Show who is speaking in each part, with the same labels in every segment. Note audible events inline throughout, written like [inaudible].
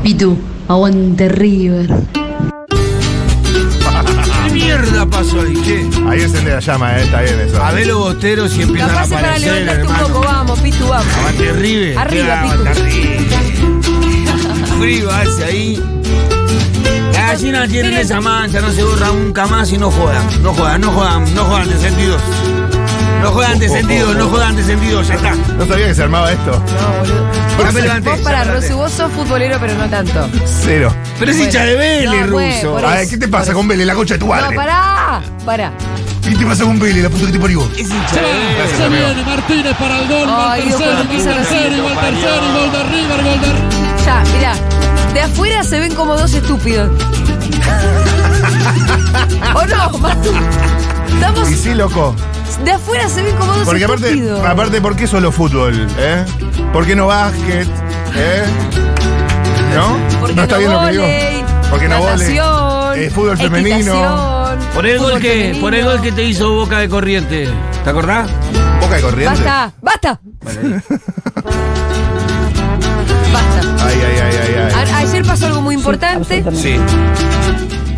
Speaker 1: Pitu, aguante River.
Speaker 2: ¿Qué mierda pasó ahí? ¿Qué?
Speaker 3: Ahí encende la llama, eh, está bien eso.
Speaker 2: A ver los boteros y empiezan a
Speaker 4: Capaz es para
Speaker 2: aparecer,
Speaker 4: levantarte
Speaker 2: hermano.
Speaker 4: un poco, vamos, Pitu, vamos.
Speaker 2: Aguante River.
Speaker 4: Arriba,
Speaker 2: Claro,
Speaker 4: Pitu.
Speaker 2: aguante River. Frío hace ahí. Así no tienen
Speaker 4: Miren.
Speaker 2: esa mancha, no se borra nunca más y no jodan. No jodan, no jodan, no jodan de sentidos. No jodan de sentidos, no jodan de sentidos, ya está.
Speaker 3: No sabía que se armaba esto.
Speaker 4: No, boludo.
Speaker 2: Ya me levanté.
Speaker 4: Vos
Speaker 2: ya
Speaker 4: para
Speaker 2: me
Speaker 4: Rosy,
Speaker 2: levanté.
Speaker 4: vos sos futbolero, pero no tanto.
Speaker 3: Cero.
Speaker 2: Pero es hincha de Vélez,
Speaker 4: No, güey,
Speaker 2: ruso.
Speaker 4: por
Speaker 3: A ver,
Speaker 4: eso,
Speaker 3: ¿qué te pasa con Vélez? La concha de tu
Speaker 4: No,
Speaker 3: madre.
Speaker 4: pará, pará.
Speaker 3: ¿Qué te pasa con Vélez? La puta que te parió.
Speaker 2: Es hincha
Speaker 5: Se
Speaker 2: de
Speaker 5: va,
Speaker 2: Vélez.
Speaker 3: Gracias,
Speaker 5: se
Speaker 3: amigo.
Speaker 5: viene Martínez para el gol, va
Speaker 4: Ay,
Speaker 5: el
Speaker 4: Dios,
Speaker 5: tercero,
Speaker 4: cuando empieza
Speaker 5: va el
Speaker 4: a recibir.
Speaker 5: tercero, y va el tercero, y gol de River, gol de
Speaker 4: Ya, mirá. De afuera se ven como dos
Speaker 3: [laughs]
Speaker 4: estúpidos. ¿O no, Matu? Estamos.
Speaker 3: Y sí, loco.
Speaker 4: De afuera se ven como dos
Speaker 3: Porque aparte,
Speaker 4: estúpidos.
Speaker 3: aparte, ¿por qué solo fútbol? ¿Eh? ¿Por qué no básquet? ¿Eh? ¿No?
Speaker 4: Porque
Speaker 3: no está
Speaker 4: no
Speaker 3: bien lo que digo.
Speaker 4: volei,
Speaker 3: Porque no vole.
Speaker 4: natación,
Speaker 3: Eh, fútbol femenino.
Speaker 4: equitación,
Speaker 2: Por el gol
Speaker 4: fútbol
Speaker 2: que,
Speaker 4: femenino.
Speaker 2: por el gol que te hizo Boca de Corriente. ¿Te acordás?
Speaker 3: Boca de corriente.
Speaker 4: Basta, basta. Basta.
Speaker 3: Ay, ay, ay, ay, ay.
Speaker 4: A- ayer pasó algo muy importante.
Speaker 2: Sí.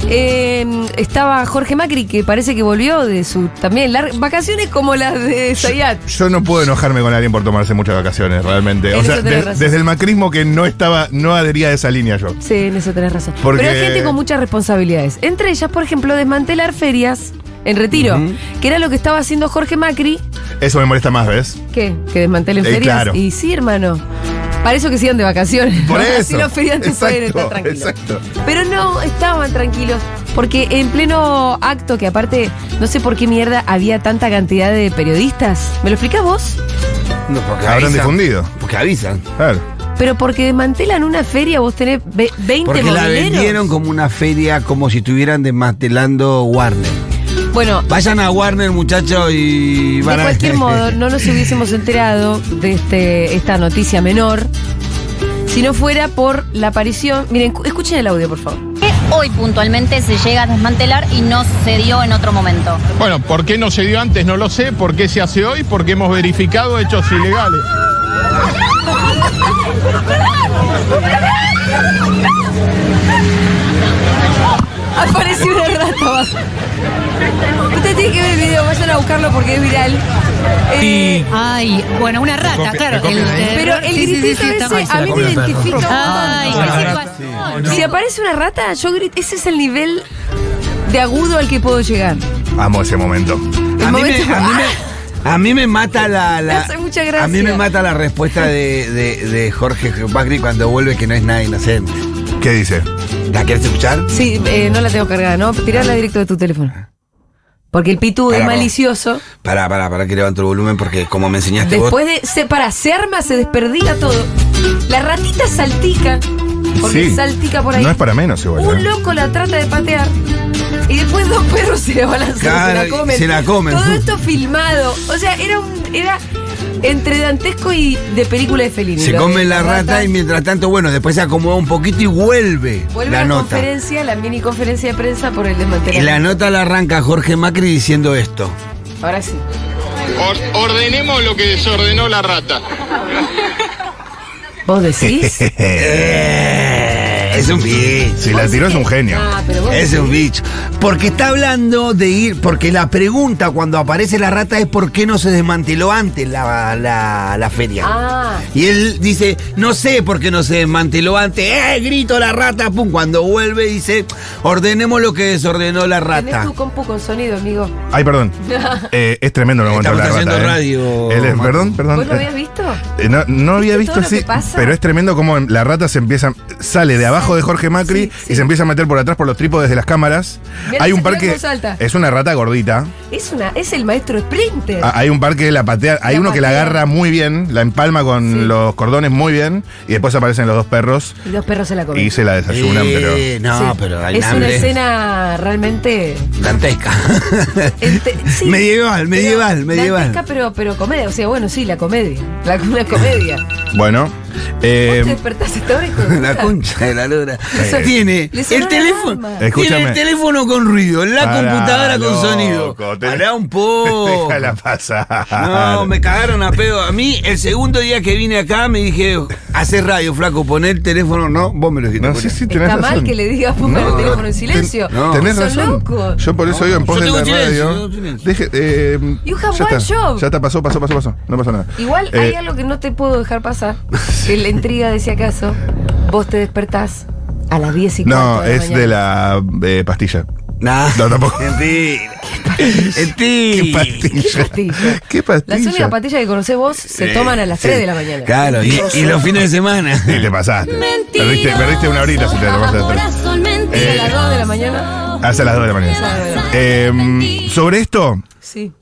Speaker 4: Eh, estaba Jorge Macri, que parece que volvió de su también lar- vacaciones como las de Zayat.
Speaker 3: Yo no puedo enojarme con alguien por tomarse muchas vacaciones, realmente.
Speaker 4: En
Speaker 3: O
Speaker 4: eso
Speaker 3: sea,
Speaker 4: tenés
Speaker 3: de-
Speaker 4: razón.
Speaker 3: desde el macrismo que no estaba, no adhería a esa línea yo.
Speaker 4: Sí, en eso tenés razón.
Speaker 3: Porque-
Speaker 4: Pero hay gente con muchas responsabilidades. Entre ellas, por ejemplo, desmantelar ferias en retiro, que era lo que estaba haciendo Jorge Macri.
Speaker 3: Eso me molesta más, ¿ves?
Speaker 4: ¿Qué? Que desmantelen
Speaker 3: Eh,
Speaker 4: ferias.
Speaker 3: claro.
Speaker 4: Y sí, hermano. Para eso que sigan de vacaciones.
Speaker 3: Por eso.
Speaker 4: Así los feriantes pueden estar
Speaker 3: Exacto,
Speaker 4: tranquilos.
Speaker 3: exacto.
Speaker 4: Pero no estaban tranquilos. Porque en pleno acto, que aparte, no sé por qué mierda había tanta cantidad de periodistas. ¿Me lo explicás vos?
Speaker 2: No, porque
Speaker 3: Habrán difundido.
Speaker 2: Porque avisan.
Speaker 3: Claro.
Speaker 4: Pero porque desmantelan una feria, vos tenés ve- 20
Speaker 2: Porque la
Speaker 4: mobileros.
Speaker 2: vendieron como una feria, como si estuvieran desmantelando Warner.
Speaker 4: Bueno,
Speaker 2: Vayan a Warner, muchachos, y
Speaker 4: De
Speaker 2: van a... [laughs]
Speaker 4: cualquier modo, no nos hubiésemos enterado de este, esta noticia menor si no fuera por la aparición. Miren, cu- escuchen el audio, por favor.
Speaker 6: qué hoy puntualmente se llega a desmantelar y no se dio en otro momento?
Speaker 7: Bueno, ¿por qué no se dio antes? No lo sé. ¿Por qué se hace hoy? Porque hemos verificado hechos ilegales.
Speaker 4: Apareció una rata abajo. Usted tiene que ver el video, vayan a buscarlo porque es viral. Eh,
Speaker 8: Ay, bueno, una rata,
Speaker 3: copia-
Speaker 8: claro.
Speaker 3: me copia la idea.
Speaker 4: pero el gritito
Speaker 8: está mal.
Speaker 4: ese a mí me
Speaker 3: Hola, perro.
Speaker 4: identifica un
Speaker 8: Ay,
Speaker 4: montón.
Speaker 8: ¿qué
Speaker 3: rata,
Speaker 8: pasó?
Speaker 4: Si aparece una rata, yo grito. Ese es el nivel de agudo al que puedo llegar.
Speaker 3: Amo ese momento.
Speaker 2: A mí, me,
Speaker 4: momento-
Speaker 2: a, mí
Speaker 4: [laughs]
Speaker 2: me, a mí me mata la... la-
Speaker 4: Me hace mucha gracia.
Speaker 2: A mí me mata la respuesta de, de- de Jorge Macri cuando vuelve que no es nada inocente.
Speaker 3: ¿Qué dice?
Speaker 2: ¿La querés escuchar?
Speaker 4: Sí, eh, no la tengo cargada, ¿no? Tirarla directo de tu teléfono. Porque el pitú es
Speaker 2: Pará, vamos.
Speaker 4: malicioso.
Speaker 2: Pará, pará, pará que levanto el volumen porque como me enseñaste vos...
Speaker 4: Después de. Se, para, se arma, se desperdiga todo. La ratita saltica. Porque
Speaker 3: Sí.
Speaker 4: saltica por ahí.
Speaker 3: No es para menos igual. ¿eh?
Speaker 4: Un loco la trata de patear. Y después dos perros se le balancean,
Speaker 2: Claro,
Speaker 4: se la comen.
Speaker 2: se la comen.
Speaker 4: Todo esto filmado. O sea, era un. Era entre dantesco y de película de felino.
Speaker 2: Se come la rata y mientras tanto, bueno, después se acomoda un poquito y vuelve,
Speaker 4: Vuelve
Speaker 2: la
Speaker 4: la
Speaker 2: nota.
Speaker 4: conferencia, la mini conferencia de prensa por el
Speaker 2: Y la
Speaker 4: desmantelamiento.
Speaker 2: nota la arranca Jorge Macri diciendo esto.
Speaker 4: Ahora sí.
Speaker 7: Or- ordenemos lo que desordenó la rata.
Speaker 4: ¿Vos
Speaker 2: [laughs]
Speaker 4: decís?
Speaker 2: Eh, es un bicho.
Speaker 3: Si la tiró es un genio.
Speaker 4: Ah, pero vos
Speaker 2: Es un bicho. Porque está hablando de ir. Porque la pregunta cuando aparece la rata es por qué no se desmanteló antes la, la- la feria.
Speaker 4: Ah.
Speaker 2: Y él dice, no sé por qué no se desmanteló antes. ¡Eh! Grito la rata, pum. Cuando vuelve dice, ordenemos lo que desordenó la
Speaker 4: Tenés
Speaker 2: rata.
Speaker 4: tu compu con sonido, amigo. [laughs]
Speaker 3: Ay, perdón. Eh, es tremendo lo que contó
Speaker 2: Estamos
Speaker 3: la
Speaker 2: haciendo
Speaker 3: rata. ¿eh?
Speaker 2: radio,
Speaker 3: Él es-
Speaker 2: Marco.
Speaker 3: perdón, perdón.
Speaker 4: ¿Vos lo habías visto?
Speaker 3: Eh, No, no había
Speaker 4: todo
Speaker 3: visto
Speaker 4: lo
Speaker 3: así,
Speaker 4: que pasa?
Speaker 3: pero es tremendo como la rata se empieza, sale de abajo de Jorge Macri
Speaker 4: Sí, sí.
Speaker 3: y se empieza a meter por atrás por los trípodes de las cámaras.
Speaker 4: Mirá,
Speaker 3: hay un
Speaker 4: se- mirá
Speaker 3: parque,
Speaker 4: cómo salta.
Speaker 3: es una rata gordita.
Speaker 4: Es una, es el maestro Sprinter.
Speaker 3: Ah, Hay un parque que la patea, hay
Speaker 4: La
Speaker 3: uno que la
Speaker 4: patea.
Speaker 3: agarra muy bien, la empalma con
Speaker 4: Sí.
Speaker 3: los cordones muy bien y después aparecen los dos perros
Speaker 4: y dos perros se la comen.
Speaker 3: y se la desayunan,
Speaker 2: Eh, No,
Speaker 4: Sí.
Speaker 2: pero hay
Speaker 4: Es una
Speaker 2: hambre.
Speaker 4: escena realmente. [laughs]
Speaker 2: Dantesca.
Speaker 3: [laughs]
Speaker 4: ente- Este, sí,
Speaker 2: medieval, medieval,
Speaker 4: pero
Speaker 2: medieval.
Speaker 4: dantesca, pero, pero comedia. O sea, bueno, sí, la comedia. La, una comedia.
Speaker 3: pero bueno,
Speaker 4: ¿Vos
Speaker 3: Eh,
Speaker 4: te despertás esta hora, hijo de
Speaker 2: [laughs]
Speaker 3: [laughs]
Speaker 2: La
Speaker 4: puta?
Speaker 2: concha de la lora.
Speaker 3: Eh.
Speaker 2: Tiene
Speaker 4: Le sonó
Speaker 2: el
Speaker 4: la
Speaker 2: teléfono.
Speaker 4: alarma.
Speaker 3: Escúchame.
Speaker 2: Tiene el teléfono con ruido, la
Speaker 3: Pará,
Speaker 2: computadora con sonido.
Speaker 3: loco, te-
Speaker 2: Pará un
Speaker 3: [laughs]
Speaker 2: poco.
Speaker 3: Déjala pasar.
Speaker 2: No, me cagaron a pedo. A mí, el segundo día que vine acá, me dije, hacer radio, flaco, poner el teléfono, no, vos me lo dijiste.
Speaker 3: No
Speaker 2: poné.
Speaker 3: sé si tenés
Speaker 4: Está mal
Speaker 3: razón.
Speaker 4: que le digas pongan
Speaker 2: No,
Speaker 4: el teléfono en
Speaker 3: Ten-
Speaker 4: silencio.
Speaker 2: no.
Speaker 3: Tenés
Speaker 4: Son
Speaker 3: razón.
Speaker 4: locos.
Speaker 3: Yo por eso
Speaker 2: No,
Speaker 3: digo en pos
Speaker 2: yo
Speaker 3: de
Speaker 2: tengo
Speaker 3: la
Speaker 2: silencio,
Speaker 3: radio.
Speaker 2: yo tengo silencio.
Speaker 3: Deje, eh,
Speaker 4: You
Speaker 3: ya
Speaker 4: have one
Speaker 3: está.
Speaker 4: job.
Speaker 3: Ya está, pasó, pasó, pasó, pasó. No pasó nada.
Speaker 4: Igual
Speaker 3: Eh,
Speaker 4: hay algo que no te puedo dejar pasar. Que la intriga de si acaso vos te despertás a las 10 y cuarto
Speaker 3: No,
Speaker 4: la
Speaker 3: es
Speaker 4: mañana.
Speaker 3: de la eh, pastilla.
Speaker 2: Nah.
Speaker 3: No, tampoco.
Speaker 2: Mentira.
Speaker 3: [laughs] ¿Qué
Speaker 2: Mentira.
Speaker 3: pastilla?
Speaker 4: pastilla?
Speaker 3: [laughs] ¿Qué pastilla?
Speaker 4: Las únicas pastillas que conocés vos se toman a las 3 de la mañana.
Speaker 2: Claro, y, y los fines de semana.
Speaker 3: Y te pasaste. Perdiste, perdiste una horita si te tomaste las tres.
Speaker 4: ¿Y a las
Speaker 3: Eh,
Speaker 4: 2 de la mañana?
Speaker 3: Hace las 2 de la mañana. Eh, sobre esto,
Speaker 4: Sí.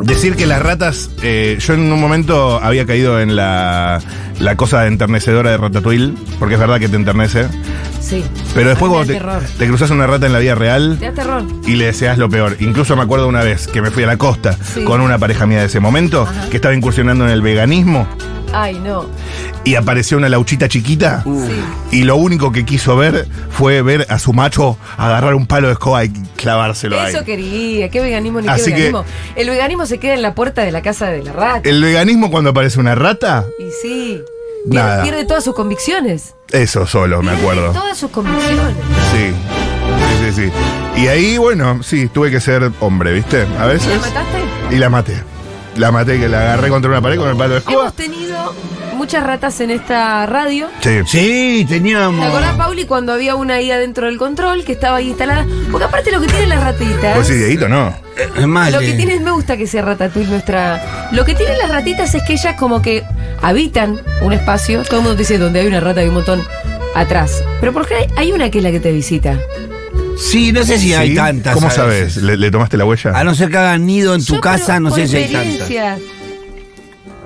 Speaker 3: decir que las ratas. eh, yo en un momento había caído en la, la cosa enternecedora de Ratatouille, porque es verdad que te enternece.
Speaker 4: Sí.
Speaker 3: Pero después
Speaker 4: A mí
Speaker 3: cuando
Speaker 4: me
Speaker 3: te,
Speaker 4: da terror.
Speaker 3: te cruzas una rata en la vida real.
Speaker 4: Te da terror.
Speaker 3: y le deseas lo peor. Incluso me acuerdo una vez que me fui a la costa
Speaker 4: Sí.
Speaker 3: con una pareja mía de ese momento que estaba incursionando en el veganismo
Speaker 4: Ay, no.
Speaker 3: y apareció una lauchita chiquita
Speaker 4: Sí.
Speaker 3: y lo único que quiso ver fue ver a su macho agarrar un palo de escoba y clavárselo ahí.
Speaker 4: Eso quería. ¿Qué veganismo ni
Speaker 3: Así
Speaker 4: qué
Speaker 3: que-
Speaker 4: veganismo? El veganismo se queda en la puerta de la casa de la rata.
Speaker 3: El veganismo cuando aparece una rata,
Speaker 4: Y sí.
Speaker 3: Nada.
Speaker 4: Pierde, pierde todas sus convicciones.
Speaker 3: eso solo me acuerdo.
Speaker 4: Pierde todas sus convicciones.
Speaker 3: Sí. Sí, sí, sí. Y ahí, bueno, sí, tuve que ser hombre, ¿viste? A
Speaker 4: ¿Y la
Speaker 3: veces.
Speaker 4: mataste?
Speaker 3: Y la maté. La maté, que la agarré contra una pared con el palo de escoba.
Speaker 4: Hemos tenido muchas ratas en esta radio.
Speaker 3: Sí.
Speaker 2: Sí,
Speaker 4: ¿Te
Speaker 2: teníamos.
Speaker 4: acordás, Pauli, cuando había una ahí adentro del control que estaba ahí instalada? Porque aparte lo que tienen las ratitas.
Speaker 3: Vos Pues sí, Dieguito, no.
Speaker 2: eh, Es más,
Speaker 4: Lo que
Speaker 2: le-
Speaker 4: tiene, me gusta que sea Ratatouille nuestra. Lo que tienen las ratitas es que ellas como que habitan un espacio. Todo el mundo te dice donde hay una rata hay un montón atrás. Pero por qué hay una que es la que te visita.
Speaker 2: Sí, no sé si hay
Speaker 3: ¿Sí?
Speaker 2: tantas.
Speaker 3: ¿Cómo
Speaker 2: a
Speaker 3: sabes?
Speaker 2: veces.
Speaker 3: ¿Le, le tomaste la huella?
Speaker 2: A no ser que hagan nido en tu
Speaker 4: Yo,
Speaker 2: casa,
Speaker 4: pero
Speaker 2: no
Speaker 4: por
Speaker 2: sé si hay tantas.
Speaker 4: experiencia.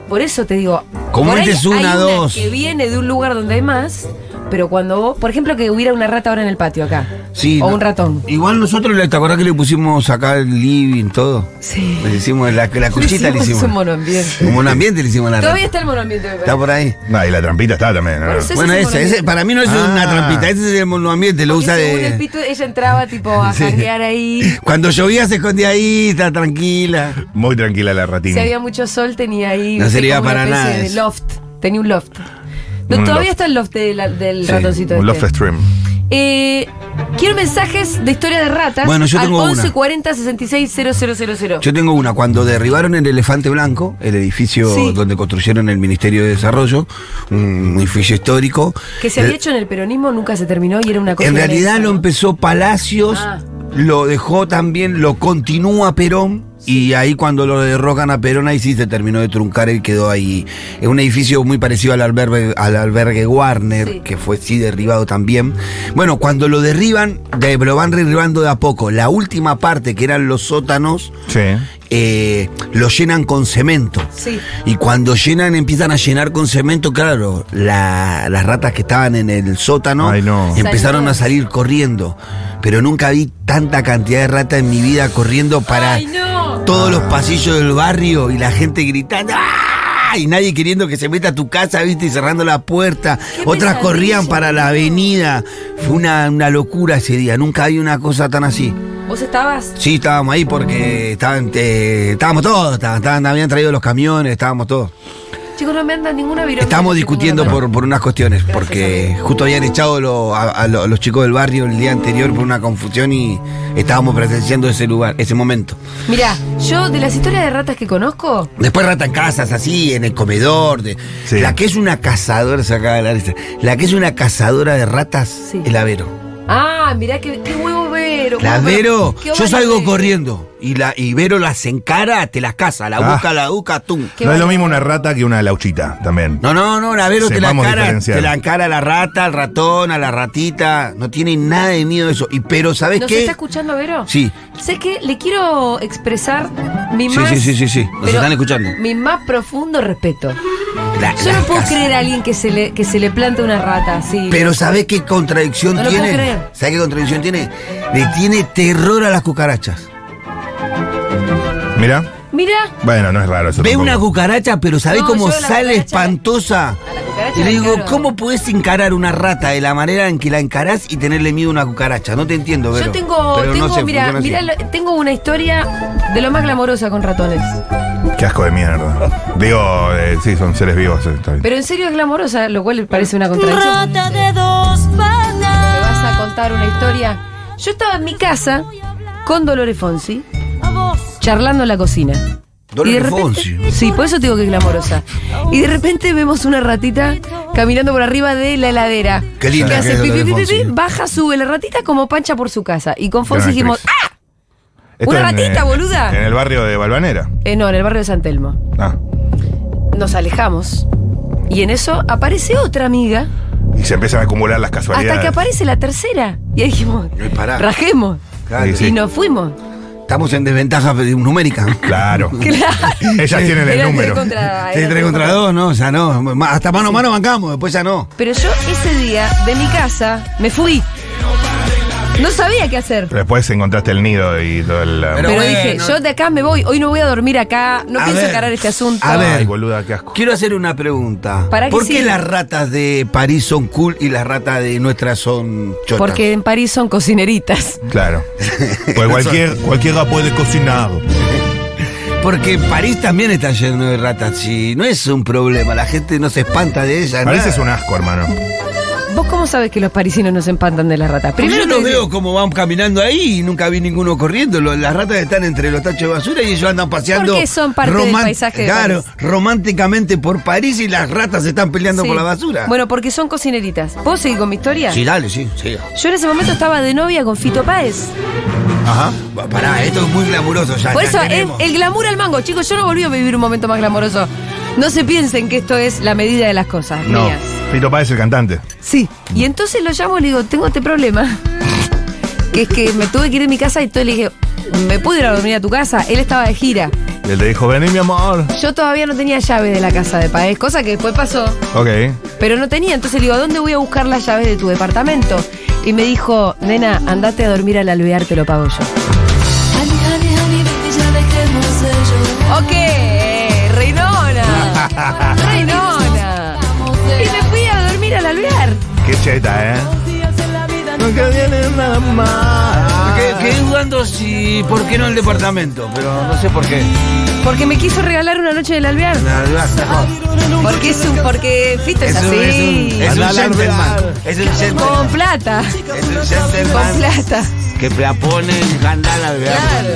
Speaker 4: Por eso te digo.
Speaker 2: Como
Speaker 4: por ahí
Speaker 2: metes una,
Speaker 4: hay
Speaker 2: dos.
Speaker 4: Que viene de un lugar donde hay más. Pero cuando vos, por ejemplo, que hubiera una rata ahora en el patio acá.
Speaker 2: Sí,
Speaker 4: O
Speaker 2: no.
Speaker 4: un ratón.
Speaker 2: Igual nosotros, le- ¿te acordás que le pusimos acá el living, todo?
Speaker 4: Sí.
Speaker 2: Le hicimos la, la cuchita, le hicimos.
Speaker 4: un monoambiente.
Speaker 2: Como un ambiente le hicimos a la
Speaker 4: Todavía
Speaker 2: rata.
Speaker 4: está el monoambiente. me
Speaker 2: Está
Speaker 4: parece.
Speaker 2: por ahí.
Speaker 3: No, y la trampita está también. ¿no?
Speaker 4: Por eso- Ese
Speaker 2: bueno,
Speaker 4: es el
Speaker 2: ese, ese,
Speaker 4: monoambiente.
Speaker 2: para mí no es
Speaker 3: Ah.
Speaker 2: una trampita, ese es el monoambiente, lo
Speaker 4: Porque
Speaker 2: usa
Speaker 4: según el
Speaker 2: de.
Speaker 4: pito, ella entraba tipo a
Speaker 2: [laughs] Sí.
Speaker 4: janguear ahí.
Speaker 2: Cuando llovía se escondía ahí, está tranquila.
Speaker 3: Muy tranquila la
Speaker 4: Si
Speaker 3: ratina.
Speaker 4: había mucho sol, tenía ahí.
Speaker 2: No
Speaker 4: viste,
Speaker 2: servía
Speaker 4: como una
Speaker 2: para
Speaker 4: especie
Speaker 2: nada
Speaker 4: de
Speaker 2: eso.
Speaker 4: loft. Tenía un loft. No,
Speaker 3: Un
Speaker 4: todavía
Speaker 3: loft.
Speaker 4: está el loft de la- del
Speaker 2: Sí,
Speaker 4: ratoncito.
Speaker 3: Un
Speaker 4: este.
Speaker 3: Love Stream.
Speaker 4: Eh, quiero mensajes de historia de ratas.
Speaker 2: Bueno, yo tengo
Speaker 4: al
Speaker 2: una.
Speaker 4: 1140 66 000.
Speaker 2: Yo tengo una. Cuando derribaron el Elefante Blanco, el edificio
Speaker 4: Sí.
Speaker 2: donde construyeron el Ministerio de Desarrollo, un edificio histórico.
Speaker 4: que se
Speaker 2: eh,
Speaker 4: había hecho en el peronismo, nunca se terminó y era una cosa.
Speaker 2: En realidad
Speaker 4: inmensa,
Speaker 2: lo
Speaker 4: ¿no?
Speaker 2: empezó Palacios,
Speaker 4: Ah.
Speaker 2: lo dejó también, lo continúa Perón. Y ahí cuando lo derrocan a Perón, ahí sí se terminó de truncar y quedó ahí. Es un edificio muy parecido al albergue, al albergue Warner,
Speaker 4: Sí.
Speaker 2: que fue sí derribado también. Bueno, cuando lo derriban, de- lo van derribando de a poco. La última parte, que eran los sótanos,
Speaker 3: Sí.
Speaker 2: eh, lo llenan con cemento.
Speaker 4: Sí.
Speaker 2: Y cuando llenan, empiezan a llenar con cemento, claro, la- las ratas que estaban en el sótano
Speaker 3: Ay, no.
Speaker 2: empezaron
Speaker 4: Salieron.
Speaker 2: a salir corriendo. Pero nunca vi tanta cantidad de ratas en mi vida corriendo para
Speaker 4: ¡Ay, no!
Speaker 2: todos los pasillos del barrio y la gente gritando. ¡ah! Y nadie queriendo que se meta a tu casa, viste, y cerrando la puerta.
Speaker 4: Qué
Speaker 2: Otras
Speaker 4: pesadilla,
Speaker 2: corrían para la avenida. Fue una, una locura ese día. Nunca vi una cosa tan así.
Speaker 4: ¿Vos estabas?
Speaker 2: Sí, estábamos ahí porque estaban, eh, estábamos todos, estaban, estaban- habían traído los camiones, estábamos todos.
Speaker 4: Chicos, no me andan ninguna viroma.
Speaker 2: Estábamos discutiendo por, por unas cuestiones,
Speaker 4: Gracias,
Speaker 2: porque
Speaker 4: amigo.
Speaker 2: justo habían echado lo- a, a lo- a los chicos del barrio el día anterior por una confusión y estábamos presenciando ese lugar, ese momento.
Speaker 4: Mirá, yo de las historias de ratas que conozco.
Speaker 2: Después ratan casas así, en el comedor. De,
Speaker 3: Sí.
Speaker 2: La que es una cazadora, se acaba de la lista, la que es una cazadora de ratas,
Speaker 4: Sí.
Speaker 2: el avero.
Speaker 4: Ah, mirá qué, qué huevo vero.
Speaker 2: La
Speaker 4: huevo
Speaker 2: Vero,
Speaker 4: qué
Speaker 2: yo
Speaker 4: óvalo
Speaker 2: salgo
Speaker 4: de-
Speaker 2: corriendo y, la, y Vero las encara, te las caza, la
Speaker 3: Ah.
Speaker 2: busca, la busca, tum.
Speaker 4: Qué
Speaker 3: No
Speaker 4: bárbaro.
Speaker 3: es lo mismo una rata que una lauchita también.
Speaker 2: No, no, no, la Vero te la,
Speaker 3: Sepamos
Speaker 2: encara,
Speaker 3: diferenciar.
Speaker 2: te la encara a la rata, al ratón, a la ratita. No tiene nada de miedo eso. Y pero, ¿sabes
Speaker 4: ¿Nos
Speaker 2: qué?
Speaker 4: está escuchando, Vero?
Speaker 2: Sí.
Speaker 4: Sé que le quiero expresar mi
Speaker 2: Sí,
Speaker 4: más.
Speaker 2: sí, sí, sí, sí. Nos
Speaker 4: pero
Speaker 2: están escuchando.
Speaker 4: Mi más profundo respeto.
Speaker 2: La-
Speaker 4: Yo no
Speaker 2: las
Speaker 4: puedo
Speaker 2: casas.
Speaker 4: creer a alguien que se le, que se le plante una rata así.
Speaker 2: Pero ¿sabes qué contradicción
Speaker 4: No lo puedo
Speaker 2: tiene?
Speaker 4: creer.
Speaker 2: ¿Sabes qué contradicción tiene? Le tiene terror a las cucarachas.
Speaker 3: Mira,
Speaker 4: Mira,
Speaker 3: bueno, no es raro eso.
Speaker 2: Ve
Speaker 3: tampoco.
Speaker 2: una cucaracha, pero ¿sabés
Speaker 4: No,
Speaker 2: cómo
Speaker 4: yo la
Speaker 2: sale
Speaker 4: cucaracha-
Speaker 2: espantosa?
Speaker 4: a la cucaracha cucaracha
Speaker 2: Y le
Speaker 4: la
Speaker 2: digo,
Speaker 4: encaro.
Speaker 2: ¿cómo puedes encarar una rata de la manera en que la encarás y tenerle miedo a una cucaracha? No te entiendo, Vero.
Speaker 4: Yo tengo,
Speaker 2: Pero
Speaker 4: tengo,
Speaker 2: no sé,
Speaker 4: mira,
Speaker 2: funciona así.
Speaker 4: mira, lo- tengo una historia de lo más glamorosa con ratones.
Speaker 3: Qué asco de
Speaker 2: [laughs]
Speaker 3: mierda. Digo, eh, sí, son seres vivos. eh, está bien.
Speaker 4: Pero en serio es glamorosa, lo cual parece una contradicción.
Speaker 8: Rata de dos
Speaker 4: Me
Speaker 8: patas.
Speaker 4: vas a contar una historia. Yo estaba en mi casa con Dolores Fonsi,
Speaker 8: A vos.
Speaker 4: charlando en la cocina.
Speaker 2: Dolores
Speaker 4: Y de repente-
Speaker 2: Fonsi.
Speaker 4: Sí, por eso te digo que es glamorosa. Y de repente vemos una ratita caminando por arriba de la heladera.
Speaker 2: Qué linda
Speaker 4: Que
Speaker 2: que
Speaker 4: hace
Speaker 2: es
Speaker 4: pi,
Speaker 2: Dolores
Speaker 4: pi, pi,
Speaker 2: Fonsi.
Speaker 4: pi, baja, sube la ratita como pancha por su casa. Y con Fonsi
Speaker 3: Gran
Speaker 4: dijimos,
Speaker 3: actriz.
Speaker 4: ¡ah! una ratita, boluda.
Speaker 3: eh, En el barrio de Balvanera.
Speaker 4: Eh, no, en el barrio de San Telmo.
Speaker 3: Ah.
Speaker 4: Nos alejamos. Y en eso aparece otra amiga.
Speaker 3: Y se empiezan a acumular las casualidades.
Speaker 4: Hasta que aparece la tercera. Y ahí dijimos,
Speaker 2: Eh, pará.
Speaker 4: rajemos.
Speaker 2: Claro.
Speaker 3: Sí, sí.
Speaker 4: Y nos fuimos.
Speaker 2: Estamos en desventaja eh, numérica.
Speaker 3: Claro.
Speaker 4: [laughs] Claro.
Speaker 3: Ellas tienen el
Speaker 4: Era tres
Speaker 3: número.
Speaker 4: contra-
Speaker 2: Sí,
Speaker 4: era
Speaker 2: tres contra dos, no, ya no. Ma- Hasta mano a mano bancamos, después ya no.
Speaker 4: Pero yo ese día de mi casa me fui. No sabía qué hacer.
Speaker 3: Pero Después encontraste el nido y todo el. um,
Speaker 2: Pero
Speaker 4: Pero
Speaker 2: bueno,
Speaker 4: dije, yo de acá me voy, hoy no voy a dormir acá, no
Speaker 2: A
Speaker 4: pienso
Speaker 2: ver,
Speaker 4: encarar este asunto.
Speaker 2: a ver.
Speaker 3: Ay, boluda, qué asco.
Speaker 2: Quiero hacer una pregunta.
Speaker 4: ¿Para qué
Speaker 2: ¿Por qué
Speaker 4: sirve?
Speaker 2: las ratas de París son cool y las ratas de nuestra son chotas?
Speaker 4: Porque en París son cocineritas.
Speaker 3: Claro. Pues cualquier, cualquiera puede cocinar.
Speaker 2: Porque París también está lleno de ratas y no es un problema. La gente no se espanta de ellas.
Speaker 3: París
Speaker 2: nada.
Speaker 3: es un asco, hermano.
Speaker 4: ¿Vos cómo sabes que los parisinos nos empantan de las ratas?
Speaker 2: Porque
Speaker 4: Primero
Speaker 2: yo los
Speaker 4: te-
Speaker 2: veo como van caminando ahí y nunca vi ninguno corriendo. Lo- Las ratas están entre los tachos de basura y ellos andan paseando.
Speaker 4: Porque son parte del
Speaker 2: roman-
Speaker 4: paisaje de
Speaker 2: Claro,
Speaker 4: París.
Speaker 2: románticamente por París y las ratas se están peleando
Speaker 4: Sí.
Speaker 2: por la basura.
Speaker 4: Bueno, porque son cocineritas. ¿Puedo seguir con mi historia?
Speaker 2: sí, dale, sí, sí.
Speaker 4: Yo en ese momento estaba de novia con Fito Páez.
Speaker 2: Ajá. Pa- Pará, esto es muy glamuroso ya.
Speaker 4: Por
Speaker 2: Ah, ya
Speaker 4: eso, el,
Speaker 2: tenemos.
Speaker 4: el glamour al mango. Chicos, yo no volví a vivir un momento más glamoroso. No se piensen que esto es la medida de las cosas
Speaker 3: No.
Speaker 4: mías.
Speaker 3: Fito Páez, el cantante.
Speaker 4: Sí. Y entonces lo llamo y le digo, tengo este problema. Que es que me tuve que ir de mi casa y entonces le dije, ¿me puedo ir a dormir a tu casa? Él estaba de gira.
Speaker 3: Y él te dijo, vení, mi amor.
Speaker 4: Yo todavía no tenía llaves de la casa de Paez, cosa que después pasó.
Speaker 3: Ok.
Speaker 4: Pero no tenía, entonces le digo, ¿a dónde voy a buscar las llaves de tu departamento? Y me dijo, nena, andate a dormir al alvear, te lo pago yo.
Speaker 8: Honey, honey, honey, baby, ya dejemos de llorar.
Speaker 4: Ok, Reinona. Reinona. Y me fui a dormir al alvear.
Speaker 3: Qué cheta, ¿eh?
Speaker 8: Días en la vida no
Speaker 3: Nunca viene nada más.
Speaker 2: Que- Quedé dudando si. ¿Por qué no el departamento? Pero no sé por qué.
Speaker 4: Porque me quiso regalar una noche del alvear.
Speaker 2: La- la- no.
Speaker 4: Porque es un. Porque Fito es,
Speaker 2: Es un, es
Speaker 4: así.
Speaker 2: un, es un
Speaker 3: Andá a la
Speaker 2: gentleman.
Speaker 3: rural.
Speaker 2: Es un gentleman.
Speaker 4: Con plata.
Speaker 2: Es un
Speaker 4: Con
Speaker 2: gentleman.
Speaker 4: plata.
Speaker 2: Que la pone en candala de
Speaker 4: Claro.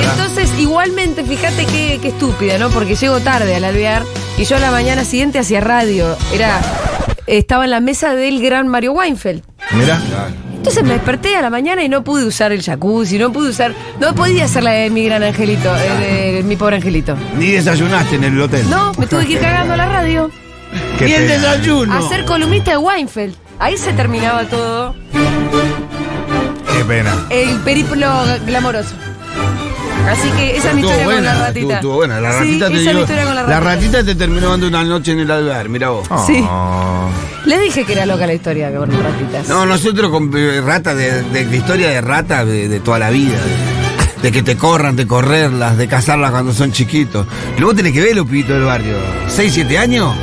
Speaker 4: Y entonces, igualmente, fíjate qué, qué estúpida, ¿no? Porque llego tarde al alvear y yo a la mañana siguiente hacía radio. Era. Estaba en la mesa del gran Mario Weinfeld.
Speaker 3: Mira.
Speaker 4: Entonces me desperté a la mañana y no pude usar el jacuzzi, no pude usar. No podía hacer la de mi gran angelito, eh, de mi pobre angelito.
Speaker 2: Ni desayunaste en el hotel.
Speaker 4: No, me tuve que ir cagando a la radio.
Speaker 3: Qué
Speaker 2: Ni el
Speaker 3: pena.
Speaker 2: desayuno.
Speaker 4: A ser columnista de Weinfeld. Ahí se terminaba todo.
Speaker 3: Qué pena.
Speaker 4: El periplo glamoroso. Así que esa es mi historia con la ratita.
Speaker 2: Estuvo, estuvo buena. La ratita
Speaker 4: sí, esa es
Speaker 2: te
Speaker 4: mi
Speaker 2: dio-
Speaker 4: historia con la
Speaker 2: la
Speaker 4: ratita.
Speaker 2: ratita te terminó dando una noche en el alvear, mira vos.
Speaker 4: Sí.
Speaker 3: Oh.
Speaker 4: Le dije que era loca la historia con las ratitas.
Speaker 2: No, nosotros con eh, rata, de, de- de historia de rata de, de toda la vida. De, de que te corran, de correrlas, de cazarlas cuando son chiquitos. Y luego tenés que ver los pibitos del barrio. ¿6, 7 años?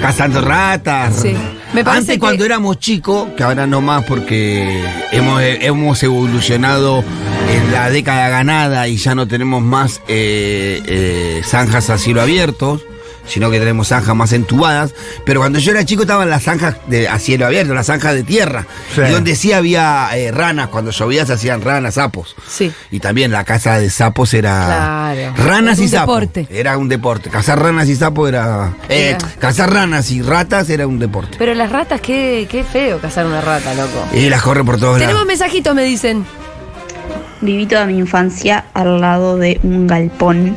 Speaker 2: Cazando ratas.
Speaker 4: Sí. Me parece
Speaker 2: Antes
Speaker 4: que-
Speaker 2: cuando éramos chicos, que ahora no más porque hemos, eh, hemos evolucionado en la década ganada y ya no tenemos más eh, eh, zanjas a cielo abierto, sino que tenemos zanjas más entubadas. Pero cuando yo era chico estaban las zanjas de, a cielo abierto, las zanjas de tierra.
Speaker 3: Sí.
Speaker 2: Y donde sí había eh, ranas, cuando llovía se hacían ranas, sapos.
Speaker 4: Sí.
Speaker 2: Y también la caza de sapos era
Speaker 4: Claro.
Speaker 2: ranas
Speaker 4: Era
Speaker 2: y
Speaker 4: un
Speaker 2: sapos.
Speaker 4: deporte.
Speaker 2: Era un deporte. Cazar ranas y sapos era... eh,
Speaker 4: Era.
Speaker 2: Cazar ranas y ratas era un deporte.
Speaker 4: Pero las ratas, qué, qué feo cazar una rata, loco.
Speaker 2: Y las corre por todos
Speaker 4: Tenemos
Speaker 2: lados.
Speaker 4: mensajitos, me dicen.
Speaker 9: Viví toda mi infancia al lado de un galpón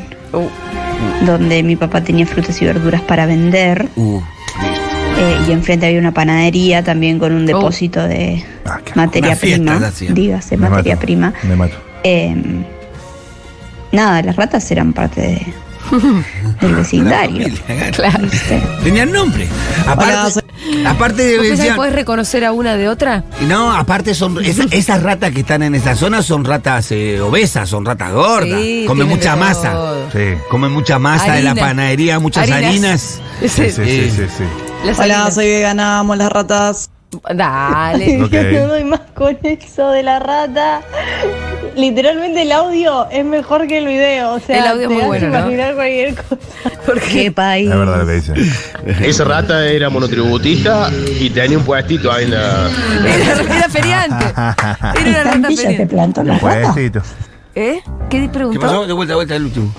Speaker 9: donde mi papá tenía frutas y verduras para vender
Speaker 2: Uh,
Speaker 9: eh, y enfrente había una panadería también con un depósito de
Speaker 3: Ah, qué asco.
Speaker 9: materia
Speaker 2: Una fiesta le
Speaker 9: prima,
Speaker 2: hacían.
Speaker 9: dígase
Speaker 3: Me
Speaker 9: materia
Speaker 3: mato.
Speaker 9: prima.
Speaker 3: Me mato.
Speaker 9: Eh, nada, las ratas eran parte de- del vecindario.
Speaker 2: familia,
Speaker 4: Claro.
Speaker 9: ¿viste?
Speaker 2: Tenían nombre. Aparte, Aparte de
Speaker 4: ¿Vos pensás que
Speaker 2: decían-
Speaker 4: podés reconocer a una de otra?
Speaker 2: No, aparte son esa- esas ratas que están en esa zona son ratas eh, obesas, son ratas gordas,
Speaker 4: Sí, tienen
Speaker 2: comen
Speaker 4: de
Speaker 2: mucha
Speaker 4: todo.
Speaker 2: masa.
Speaker 3: Sí.
Speaker 2: Comen mucha masa de la
Speaker 4: Harina.
Speaker 2: panadería, muchas harinas.
Speaker 4: [laughs] Ese-
Speaker 3: Sí, sí, sí, sí, sí.
Speaker 4: las harinas.
Speaker 8: vegana, amo las ratas.
Speaker 3: Eh, [laughs]
Speaker 4: Dale.
Speaker 3: Ok.
Speaker 4: [laughs]
Speaker 9: No doy más con eso de la rata. Literalmente el audio es mejor que el video. O sea,
Speaker 4: El audio es
Speaker 9: te
Speaker 4: muy
Speaker 9: hace
Speaker 4: bueno, ¿no?
Speaker 9: imaginar cualquier cosa. Qué país.
Speaker 3: Es verdad lo que dice.
Speaker 10: Esa rata era monotributista y tenía un puestito ahí en la.
Speaker 4: [laughs] Era, era
Speaker 2: [laughs]
Speaker 4: feriante. Era una rata feriante.
Speaker 9: plantó las
Speaker 3: Puestito.
Speaker 4: ¿Eh? ¿Qué
Speaker 2: ¿Qué
Speaker 4: preguntó?
Speaker 2: pasó? De vuelta, de vuelta, el último.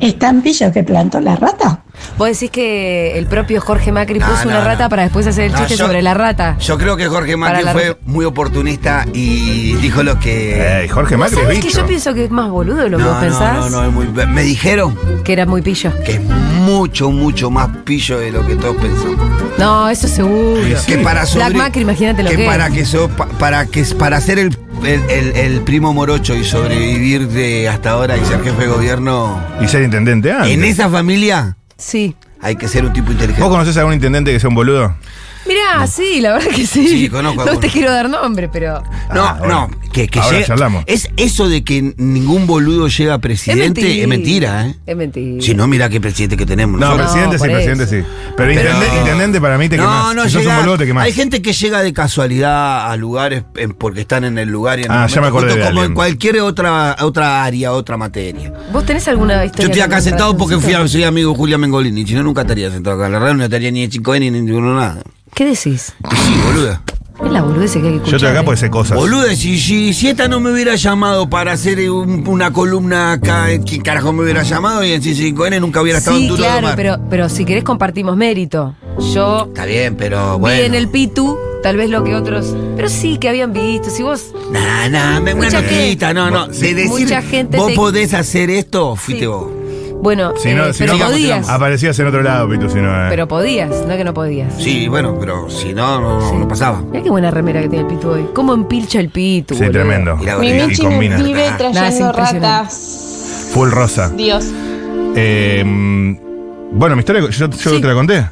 Speaker 9: ¿Estampillas que plantó las ratas?
Speaker 4: Vos decís que el propio Jorge Macri
Speaker 2: No,
Speaker 4: puso
Speaker 2: no,
Speaker 4: una
Speaker 2: no.
Speaker 4: rata para después hacer el
Speaker 2: No,
Speaker 4: chiste
Speaker 2: yo-
Speaker 4: sobre la rata.
Speaker 2: Yo creo que Jorge Macri
Speaker 4: la
Speaker 2: fue
Speaker 4: rata.
Speaker 2: muy oportunista y dijo lo que.
Speaker 3: Ey, Jorge Macri es
Speaker 4: ¿Sabes que
Speaker 3: bicho.
Speaker 4: yo pienso que es más boludo lo que vos
Speaker 2: no, no, no,
Speaker 4: pensás?
Speaker 2: no, es muy- me dijeron
Speaker 4: Que era muy pillo.
Speaker 2: que es mucho, mucho más pillo de lo que todos pensamos.
Speaker 4: No, eso seguro.
Speaker 2: Que para su
Speaker 4: Black Macri, imagínate lo que,
Speaker 2: que
Speaker 4: es.
Speaker 2: para que so- pa- para que para ser el, el- el- el primo morocho y sobrevivir de hasta ahora y ser jefe de gobierno
Speaker 3: Y ser intendente antes.
Speaker 2: en esa familia
Speaker 4: Sí.
Speaker 2: hay que ser un tipo inteligente.
Speaker 3: ¿Vos conocés a algún intendente que sea un boludo?
Speaker 4: Mirá, sí, la verdad que sí.
Speaker 2: Sí, conozco a
Speaker 4: no
Speaker 2: algunos.
Speaker 4: te quiero dar nombre, pero.
Speaker 2: No,
Speaker 3: Ah, bueno.
Speaker 2: no, que, que
Speaker 3: Ahora
Speaker 2: llega-
Speaker 3: charlamos.
Speaker 2: Es eso de que ningún boludo llega a presidente es mentira, ¿eh?
Speaker 4: Es mentira.
Speaker 2: Si no, mira qué presidente que tenemos.
Speaker 3: No,
Speaker 2: nosotros.
Speaker 3: presidente sí,
Speaker 4: por
Speaker 3: presidente
Speaker 4: eso.
Speaker 3: sí. Pero, intendente, intendente para mí te
Speaker 2: no,
Speaker 3: quemás.
Speaker 2: no
Speaker 3: si sos un
Speaker 2: llega-
Speaker 3: boludo te quemás.
Speaker 2: Hay gente que llega de casualidad a lugares eh, porque están en el lugar y en el
Speaker 3: Ah, ya me
Speaker 2: momento
Speaker 3: acordé
Speaker 2: justo,
Speaker 3: de
Speaker 2: como
Speaker 3: alguien.
Speaker 2: en cualquier otra, otra área, otra materia.
Speaker 4: ¿Vos tenés alguna historia?
Speaker 2: Yo estoy acá
Speaker 4: con un
Speaker 2: sentado porque fui
Speaker 4: ratoncito?
Speaker 2: a, soy amigo de Julia Mengolini. Si no, nunca estaría sentado acá. La verdad, no estaría ni de 5N ni de ninguno nada.
Speaker 4: ¿Qué decís?
Speaker 2: Y sí, boluda.
Speaker 4: Es la boludez que hay que escuchar.
Speaker 3: Yo estoy acá
Speaker 4: ¿eh?
Speaker 3: porque sé cosas.
Speaker 2: Boluda, si, si, si esta no me hubiera llamado para hacer un- una columna acá, ¿quién carajo me hubiera llamado? Y en 5N nunca hubiera estado en
Speaker 4: Sí,
Speaker 2: Duro de
Speaker 4: claro,
Speaker 2: Mar.
Speaker 4: pero, pero si querés compartimos mérito. Yo
Speaker 2: Está bien, pero
Speaker 4: vi
Speaker 2: bueno.
Speaker 4: en el Pitu, tal vez lo que otros. Pero sí que habían visto. Si vos.
Speaker 2: Nah, nah, me- una
Speaker 4: Mucha gente-
Speaker 2: notita, no, no. De decir,
Speaker 4: Mucha gente
Speaker 2: vos
Speaker 4: te-
Speaker 2: podés hacer esto, fuiste
Speaker 4: Sí.
Speaker 2: vos.
Speaker 4: Bueno,
Speaker 3: Si no,
Speaker 4: eh,
Speaker 3: si
Speaker 4: pero
Speaker 3: no
Speaker 4: podías.
Speaker 3: aparecías en otro lado, Pitu, si no. eh.
Speaker 4: Pero podías, no que no podías.
Speaker 2: Sí, bueno, pero si no, no, no,
Speaker 4: Sí.
Speaker 2: no pasaba.
Speaker 4: Mira qué buena remera que tiene el Pitu hoy. ¿Cómo empilcha el Pitu?
Speaker 3: sí,
Speaker 4: boludo.
Speaker 3: tremendo.
Speaker 2: Mirá,
Speaker 3: Y-
Speaker 2: boludo.
Speaker 3: y combina.
Speaker 2: vive
Speaker 4: Nada, es impresionante.
Speaker 3: Full rosa.
Speaker 9: Dios.
Speaker 3: Eh, mm, bueno, mi historia, yo, yo te la conté.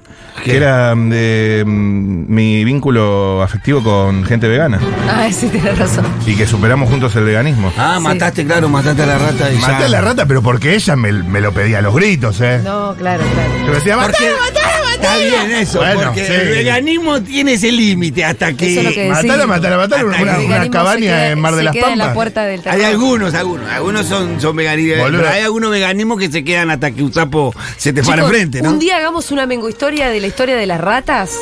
Speaker 2: ¿Qué?
Speaker 3: Que era mm, de mm, mi vínculo afectivo con gente vegana.
Speaker 4: Ah, sí, tenés razón.
Speaker 3: Y que superamos juntos el veganismo.
Speaker 2: Ah,
Speaker 4: Sí.
Speaker 2: mataste, claro, mataste a la rata. Y ya.
Speaker 3: Maté a la rata, pero porque ella me, me lo pedía a los gritos, ¿eh?
Speaker 4: No, claro, claro.
Speaker 3: Yo decía,
Speaker 2: Porque-
Speaker 3: matala, matala,
Speaker 2: Está
Speaker 3: matala.
Speaker 2: bien eso,
Speaker 3: Bueno,
Speaker 2: porque
Speaker 3: sí.
Speaker 2: el veganismo tiene ese límite hasta que...
Speaker 4: Eso es lo que decís.
Speaker 3: Matala, matala, matala.
Speaker 2: Hasta
Speaker 3: Una,
Speaker 2: que
Speaker 3: una
Speaker 4: Veganismo
Speaker 3: cabaña
Speaker 4: se queda-
Speaker 3: en Mar de
Speaker 4: se
Speaker 3: las
Speaker 4: queda
Speaker 3: Pampas.
Speaker 4: en la puerta del
Speaker 2: Hay
Speaker 4: terreno.
Speaker 2: algunos, algunos, algunos son, son veganistas,
Speaker 3: Boludo.
Speaker 2: pero hay algunos veganismos que se quedan hasta que un sapo se te para
Speaker 4: Chicos,
Speaker 2: enfrente, ¿no?
Speaker 4: Un día hagamos una mengo historia de la historia de las ratas.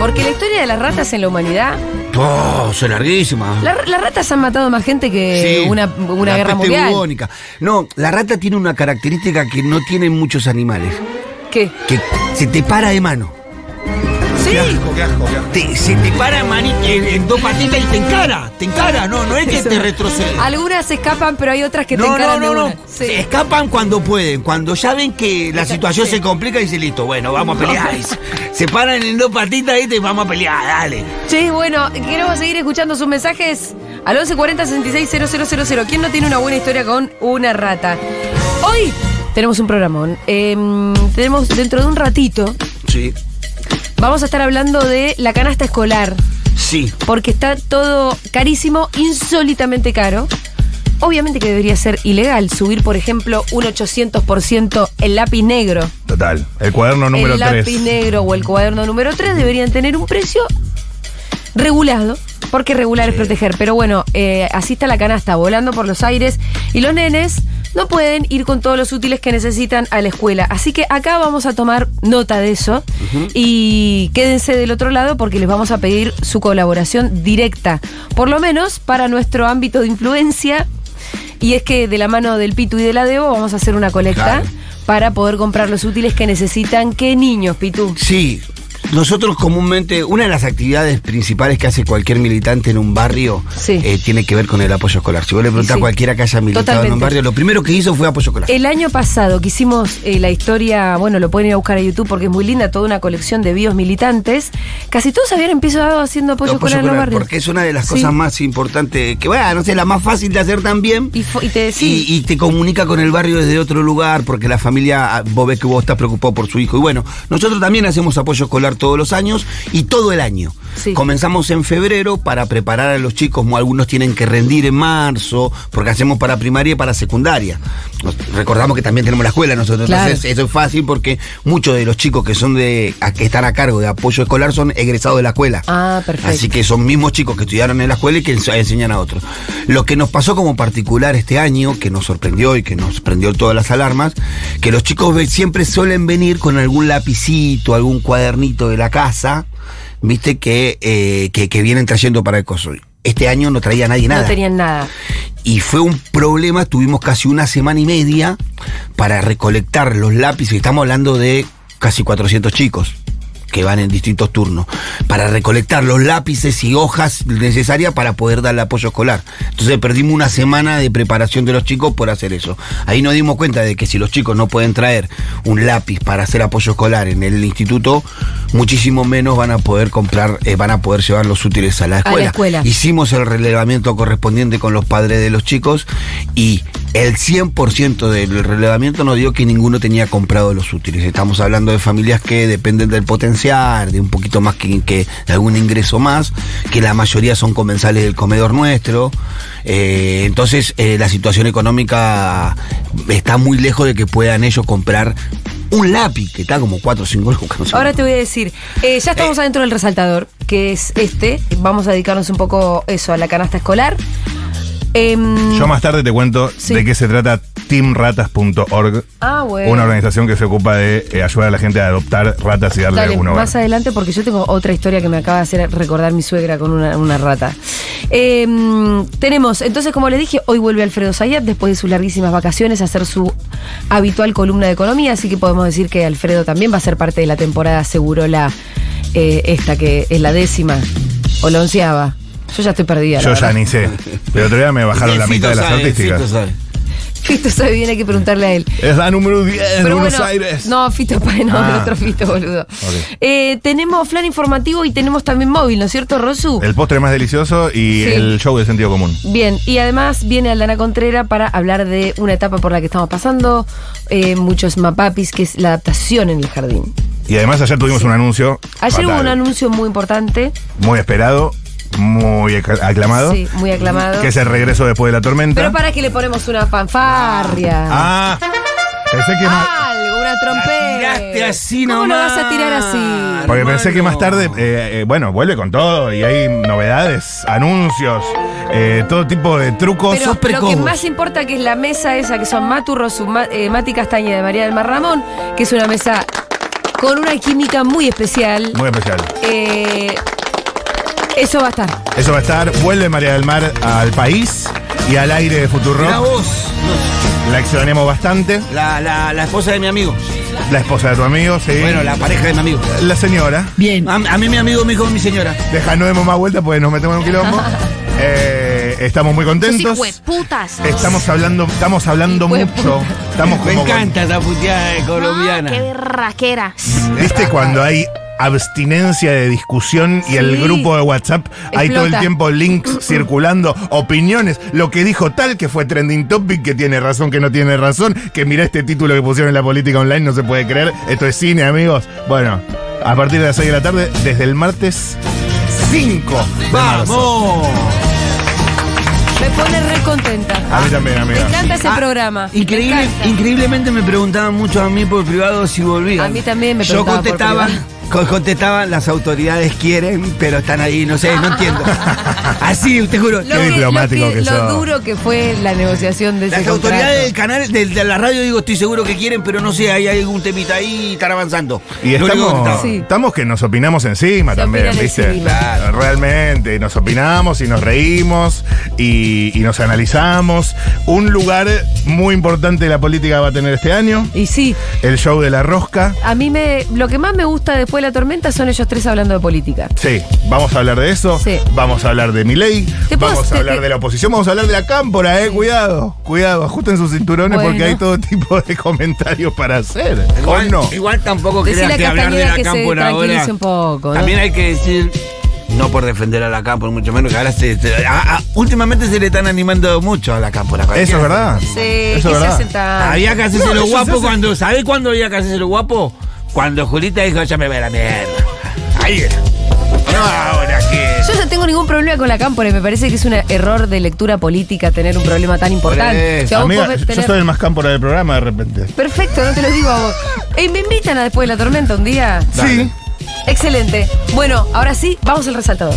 Speaker 4: Porque la historia de las ratas en la humanidad.
Speaker 2: Oh, son larguísimas.
Speaker 4: la- las ratas han matado más gente que
Speaker 2: Sí,
Speaker 4: eh, una, una
Speaker 2: la
Speaker 4: guerra
Speaker 2: peste
Speaker 4: mundial.
Speaker 2: bubónica. No, la rata tiene una característica que no tienen muchos animales,
Speaker 4: ¿Qué?
Speaker 2: que se te para de mano.
Speaker 4: Sí.
Speaker 3: Qué asco, qué asco.
Speaker 2: Te- se te para de mani- en, en dos patitas y te encara, te encara, no, no es que te retrocede.
Speaker 4: Algunas se escapan, pero hay otras que te
Speaker 2: no, no,
Speaker 4: encaran de
Speaker 2: no, no.
Speaker 4: una. Sí.
Speaker 2: Se escapan cuando pueden. Cuando ya ven que la situación se complica, dicen, listo, bueno, vamos a
Speaker 4: [laughs]
Speaker 2: pelear. Y se- se paran en dos patitas y te vamos a pelear, dale.
Speaker 4: Che, bueno, queremos seguir escuchando sus mensajes al 1140-660000. ¿Quién no tiene una buena historia con una rata? Hoy tenemos un programón. Em, tenemos dentro de un ratito,
Speaker 2: Sí,
Speaker 4: vamos a estar hablando de la canasta escolar,
Speaker 2: sí.
Speaker 4: porque está todo carísimo, insólitamente caro. Obviamente que debería ser ilegal subir, por ejemplo, un 800% el lápiz negro.
Speaker 3: Total. El cuaderno número
Speaker 4: el
Speaker 3: 3.
Speaker 4: lápiz negro o el cuaderno número 3 deberían tener un precio regulado, porque regular es proteger. Pero bueno, eh, así está la canasta volando por los aires y los nenes no pueden ir con todos los útiles que necesitan a la escuela. Así que acá vamos a tomar nota de eso y quédense del otro lado porque les vamos a pedir su colaboración directa, por lo menos para nuestro ámbito de influencia. Y es que de la mano del Pitu y de la Debo vamos a hacer una colecta
Speaker 2: Claro.
Speaker 4: para poder comprar los útiles que necesitan. ¿Qué niños, Pitu?
Speaker 2: Sí, nosotros comúnmente, una de las actividades principales que hace cualquier militante en un barrio
Speaker 4: Sí.
Speaker 2: eh, tiene que ver con el apoyo escolar. Si vos le preguntás
Speaker 4: Sí.
Speaker 2: a cualquiera que haya militado en un
Speaker 4: Totalmente. Eh,
Speaker 2: barrio, lo primero que hizo fue apoyo escolar.
Speaker 4: El año pasado que hicimos eh, la historia, bueno, lo pueden ir a buscar a YouTube porque es muy linda, toda una colección de bios militantes. Casi todos habían empezado haciendo apoyo
Speaker 2: Apoyo
Speaker 4: escolar en los
Speaker 2: escolar,
Speaker 4: barrios.
Speaker 2: porque es una de las
Speaker 4: Sí.
Speaker 2: cosas más importantes, que bueno, no sé, la más fácil de hacer también.
Speaker 4: Y, fo- y te decís.
Speaker 2: Y, y te comunica con el barrio desde otro lugar, porque la familia, ah, vos ves que vos estás preocupado por su hijo. Y bueno, nosotros también hacemos apoyo escolar realizar todos los años y todo el año.
Speaker 8: Sí.
Speaker 2: Comenzamos en febrero para preparar a los chicos, como algunos tienen que rendir en marzo, porque hacemos para primaria y para secundaria. Nos- Recordamos que también tenemos la escuela nosotros,
Speaker 8: Claro.
Speaker 2: entonces eso es fácil porque muchos de los chicos que son de a- que están a cargo de apoyo escolar son egresados de la escuela.
Speaker 8: Ah, perfecto.
Speaker 2: Así que son mismos chicos que estudiaron en la escuela y que ens- enseñan a otros. Lo que nos pasó como particular este año, que nos sorprendió y que nos prendió todas las alarmas, que los chicos ve- siempre suelen venir con algún lapicito, algún cuadernito de la casa, viste, que, eh, que, que vienen trayendo para el coso. Este año no traía nadie nada.
Speaker 8: No tenían nada.
Speaker 2: Y fue un problema, estuvimos casi una semana y media para recolectar los lápices. Estamos hablando de casi 400 chicos que van en distintos turnos, para recolectar los lápices y hojas necesarias para poder darle apoyo escolar. Entonces perdimos una semana de preparación de los chicos por hacer eso. Ahí nos dimos cuenta de que si los chicos no pueden traer un lápiz para hacer apoyo escolar en el instituto, muchísimo menos van a poder comprar, eh, van a poder llevar los útiles a la
Speaker 8: la
Speaker 2: escuela.
Speaker 8: escuela.
Speaker 2: Y Hicimos el relevamiento correspondiente con los padres de los chicos y el 100% del relevamiento nos dio que ninguno tenía comprado los útiles. Estamos hablando de familias que dependen del potencial, de un poquito más que, que de algún ingreso más, que la mayoría son comensales del comedor nuestro. Eh, entonces eh, la situación económica está muy lejos de que puedan ellos comprar un lápiz, que está como 4 o 5 lucas. no sé.
Speaker 8: Ahora te voy a decir, eh, ya estamos adentro del resaltador, que es este. Vamos a dedicarnos un poco eso, a la canasta escolar. Em,
Speaker 3: Yo más tarde te cuento
Speaker 8: Sí.
Speaker 3: de qué se trata teamratas.org,
Speaker 8: Ah, bueno.
Speaker 3: una organización que se ocupa de eh, ayudar a la gente a adoptar ratas y darle
Speaker 8: Dale,
Speaker 3: un hogar.
Speaker 8: más adelante porque yo tengo otra historia que me acaba de hacer recordar mi suegra con una, una rata. Eh, tenemos, entonces como les dije, hoy vuelve Alfredo Zayat después de sus larguísimas vacaciones a hacer su habitual columna de economía, así que podemos decir que Alfredo también va a ser parte de la temporada seguro la eh, esta que es la décima o la onceava. Yo ya estoy perdida. la
Speaker 3: Yo ya
Speaker 8: verdad.
Speaker 3: ni sé. Pero otro día me bajaron la
Speaker 2: El Fito
Speaker 3: mitad de las
Speaker 2: sabe, el Fito
Speaker 3: artísticas.
Speaker 2: sabe.
Speaker 8: [laughs] Fito sabe bien, hay que preguntarle a él.
Speaker 3: Es la número 10 de
Speaker 8: Pero
Speaker 3: Buenos
Speaker 8: bueno,
Speaker 3: Aires.
Speaker 8: No, Fito [laughs] Páez, no, el
Speaker 3: Ah.
Speaker 8: otro Fito, boludo.
Speaker 3: Ok.
Speaker 8: Eh, tenemos plan informativo y tenemos también móvil, ¿no es cierto, Rosu?
Speaker 3: El postre más delicioso y
Speaker 8: Sí.
Speaker 3: el show de sentido común.
Speaker 8: Bien, y además viene Aldana Contrera para hablar de una etapa por la que estamos pasando, eh, muchos mapapis, que es la adaptación en el jardín.
Speaker 3: Y además ayer tuvimos un anuncio.
Speaker 8: Ayer hubo
Speaker 3: fatal.
Speaker 8: un anuncio muy importante,
Speaker 3: Muy esperado, muy ac- aclamado.
Speaker 8: sí, muy aclamado.
Speaker 3: Que es el regreso después de la tormenta.
Speaker 8: Pero para que le ponemos una fanfarria.
Speaker 3: Ah, pensé que más.
Speaker 8: Algo, una trompeta.
Speaker 2: Tiraste así
Speaker 8: ¿Cómo lo
Speaker 2: nomás,
Speaker 8: vas a tirar así?
Speaker 3: Porque pensé que más
Speaker 2: hermano.
Speaker 3: tarde, eh, eh, bueno, vuelve con todo y hay novedades, anuncios, eh, todo tipo de trucos.
Speaker 8: Pero lo que más importa que es la mesa esa, que son Matu Rosu, Ma- eh, Mati Castaña de María del Mar Ramón, que es una mesa con una química muy especial.
Speaker 3: Muy especial.
Speaker 8: Eh, eso va a estar.
Speaker 3: Eso va a estar. Vuelve María del Mar al país y al aire de
Speaker 2: Mirá
Speaker 3: Futuro.
Speaker 2: vos,
Speaker 3: La accionemos bastante.
Speaker 2: la, la- la esposa de mi amigo.
Speaker 3: La esposa de tu amigo, sí.
Speaker 2: Bueno, la pareja de mi amigo.
Speaker 3: La señora.
Speaker 11: Bien.
Speaker 2: A, a mí mi amigo me dijo mi señora.
Speaker 3: Deja, no demos más vuelta porque nos metemos en un
Speaker 8: [laughs]
Speaker 3: quilombo. Eh, estamos muy contentos.
Speaker 12: Hueputas.
Speaker 3: Estamos hablando, estamos hablando
Speaker 8: Hijo de
Speaker 3: mucho. Estamos
Speaker 2: Me
Speaker 3: como con-
Speaker 2: encanta esa puteada eh, colombiana.
Speaker 8: Ah,
Speaker 12: Qué raqueras.
Speaker 3: ¿Viste cuando hay abstinencia de discusión y el
Speaker 8: Sí.
Speaker 3: grupo de WhatsApp hay todo el
Speaker 8: Explota.
Speaker 3: tiempo
Speaker 8: [clears throat]
Speaker 3: links circulando, opiniones, lo que dijo tal que fue trending topic, que tiene razón, que no tiene razón, que mira este título que pusieron en la política online, no se puede creer, esto es cine amigos. Bueno, a partir de las 6 de la tarde, desde el martes 5. de marzo.
Speaker 2: ¡Vamos!
Speaker 8: Me pone re contenta.
Speaker 3: A mí también,
Speaker 8: Me
Speaker 3: amiga.
Speaker 8: encanta ese
Speaker 2: Ah,
Speaker 8: programa.
Speaker 2: Increíble-
Speaker 8: Me encanta.
Speaker 2: increíblemente me preguntaban mucho a mí por privado si volvía.
Speaker 8: A mí también me
Speaker 2: Yo
Speaker 8: preguntaban por
Speaker 2: contestaba,
Speaker 8: privado.
Speaker 2: co- contestaba, las autoridades quieren, pero están ahí, no sé, no
Speaker 8: [laughs]
Speaker 2: entiendo. Así, te juro.
Speaker 8: Lo
Speaker 3: Qué
Speaker 8: que-
Speaker 3: diplomático
Speaker 8: lo que-
Speaker 3: que
Speaker 8: Lo
Speaker 3: sos.
Speaker 8: duro que fue la negociación de
Speaker 2: Las
Speaker 8: ese
Speaker 2: autoridades del
Speaker 8: contrato.
Speaker 2: canal, de, de la radio, digo, estoy seguro que quieren, pero no sé, hay algún temita ahí y están avanzando.
Speaker 3: Y
Speaker 2: Lo único que
Speaker 3: estamos,
Speaker 2: contestaba.
Speaker 8: Sí.
Speaker 3: estamos que nos opinamos encima
Speaker 8: Se
Speaker 3: también,
Speaker 8: opinan
Speaker 3: ¿viste?
Speaker 8: encima.
Speaker 3: Claro, Realmente, nos opinamos y nos reímos y, y nos analizamos. Un lugar muy importante de la política va a tener este año,
Speaker 8: Y sí,
Speaker 3: el show de la rosca.
Speaker 8: a mí me, lo que más me gusta después de la tormenta son ellos tres hablando de política.
Speaker 3: Sí, vamos a hablar de eso,
Speaker 8: Sí.
Speaker 3: vamos a hablar de Milei,
Speaker 8: Te puedo-
Speaker 3: vamos
Speaker 8: te-
Speaker 3: a hablar
Speaker 8: te-
Speaker 3: de la oposición, vamos a hablar de la cámpora, eh, cuidado, cuidado, ajusten sus cinturones
Speaker 8: Bueno.
Speaker 3: porque hay todo tipo de [laughs] comentarios para hacer. ¿O
Speaker 2: Igual,
Speaker 3: no?
Speaker 2: igual tampoco creas
Speaker 8: Decirle a
Speaker 2: que hablar de
Speaker 8: Castañeda
Speaker 2: la
Speaker 8: que se
Speaker 2: cámpora
Speaker 8: tranquilice
Speaker 2: ahora.
Speaker 8: un poco, ¿no?
Speaker 2: También hay que decir, no por defender a la cámpora, mucho menos que ahora se, se- a- a- últimamente se le están animando mucho a la cámpora.
Speaker 3: Eso
Speaker 2: cualquiera.
Speaker 3: es verdad.
Speaker 8: Sí,
Speaker 3: eso
Speaker 8: que
Speaker 3: es
Speaker 8: se
Speaker 3: verdad.
Speaker 8: hacen tan-
Speaker 2: Había que hacerse
Speaker 3: No,
Speaker 2: lo
Speaker 3: eso se
Speaker 2: guapo
Speaker 3: hace-
Speaker 2: cuando. ¿Sabés cuándo había que hacerse lo guapo? Cuando Julita dijo, ya me voy a la mierda. ayer. No ahora que.
Speaker 8: Yo no tengo ningún problema con la Cámpora, me parece que es un error de lectura política tener un problema tan importante.
Speaker 13: eso,
Speaker 8: vos
Speaker 2: Amiga,
Speaker 8: podés
Speaker 2: Ah, yo
Speaker 8: tener-
Speaker 2: soy el más cámpora del programa de repente.
Speaker 8: Perfecto, no te lo digo a vos. Ey, me invitan a después de la tormenta un día.
Speaker 2: Sí.
Speaker 8: Excelente. Bueno, ahora sí, vamos al resaltador.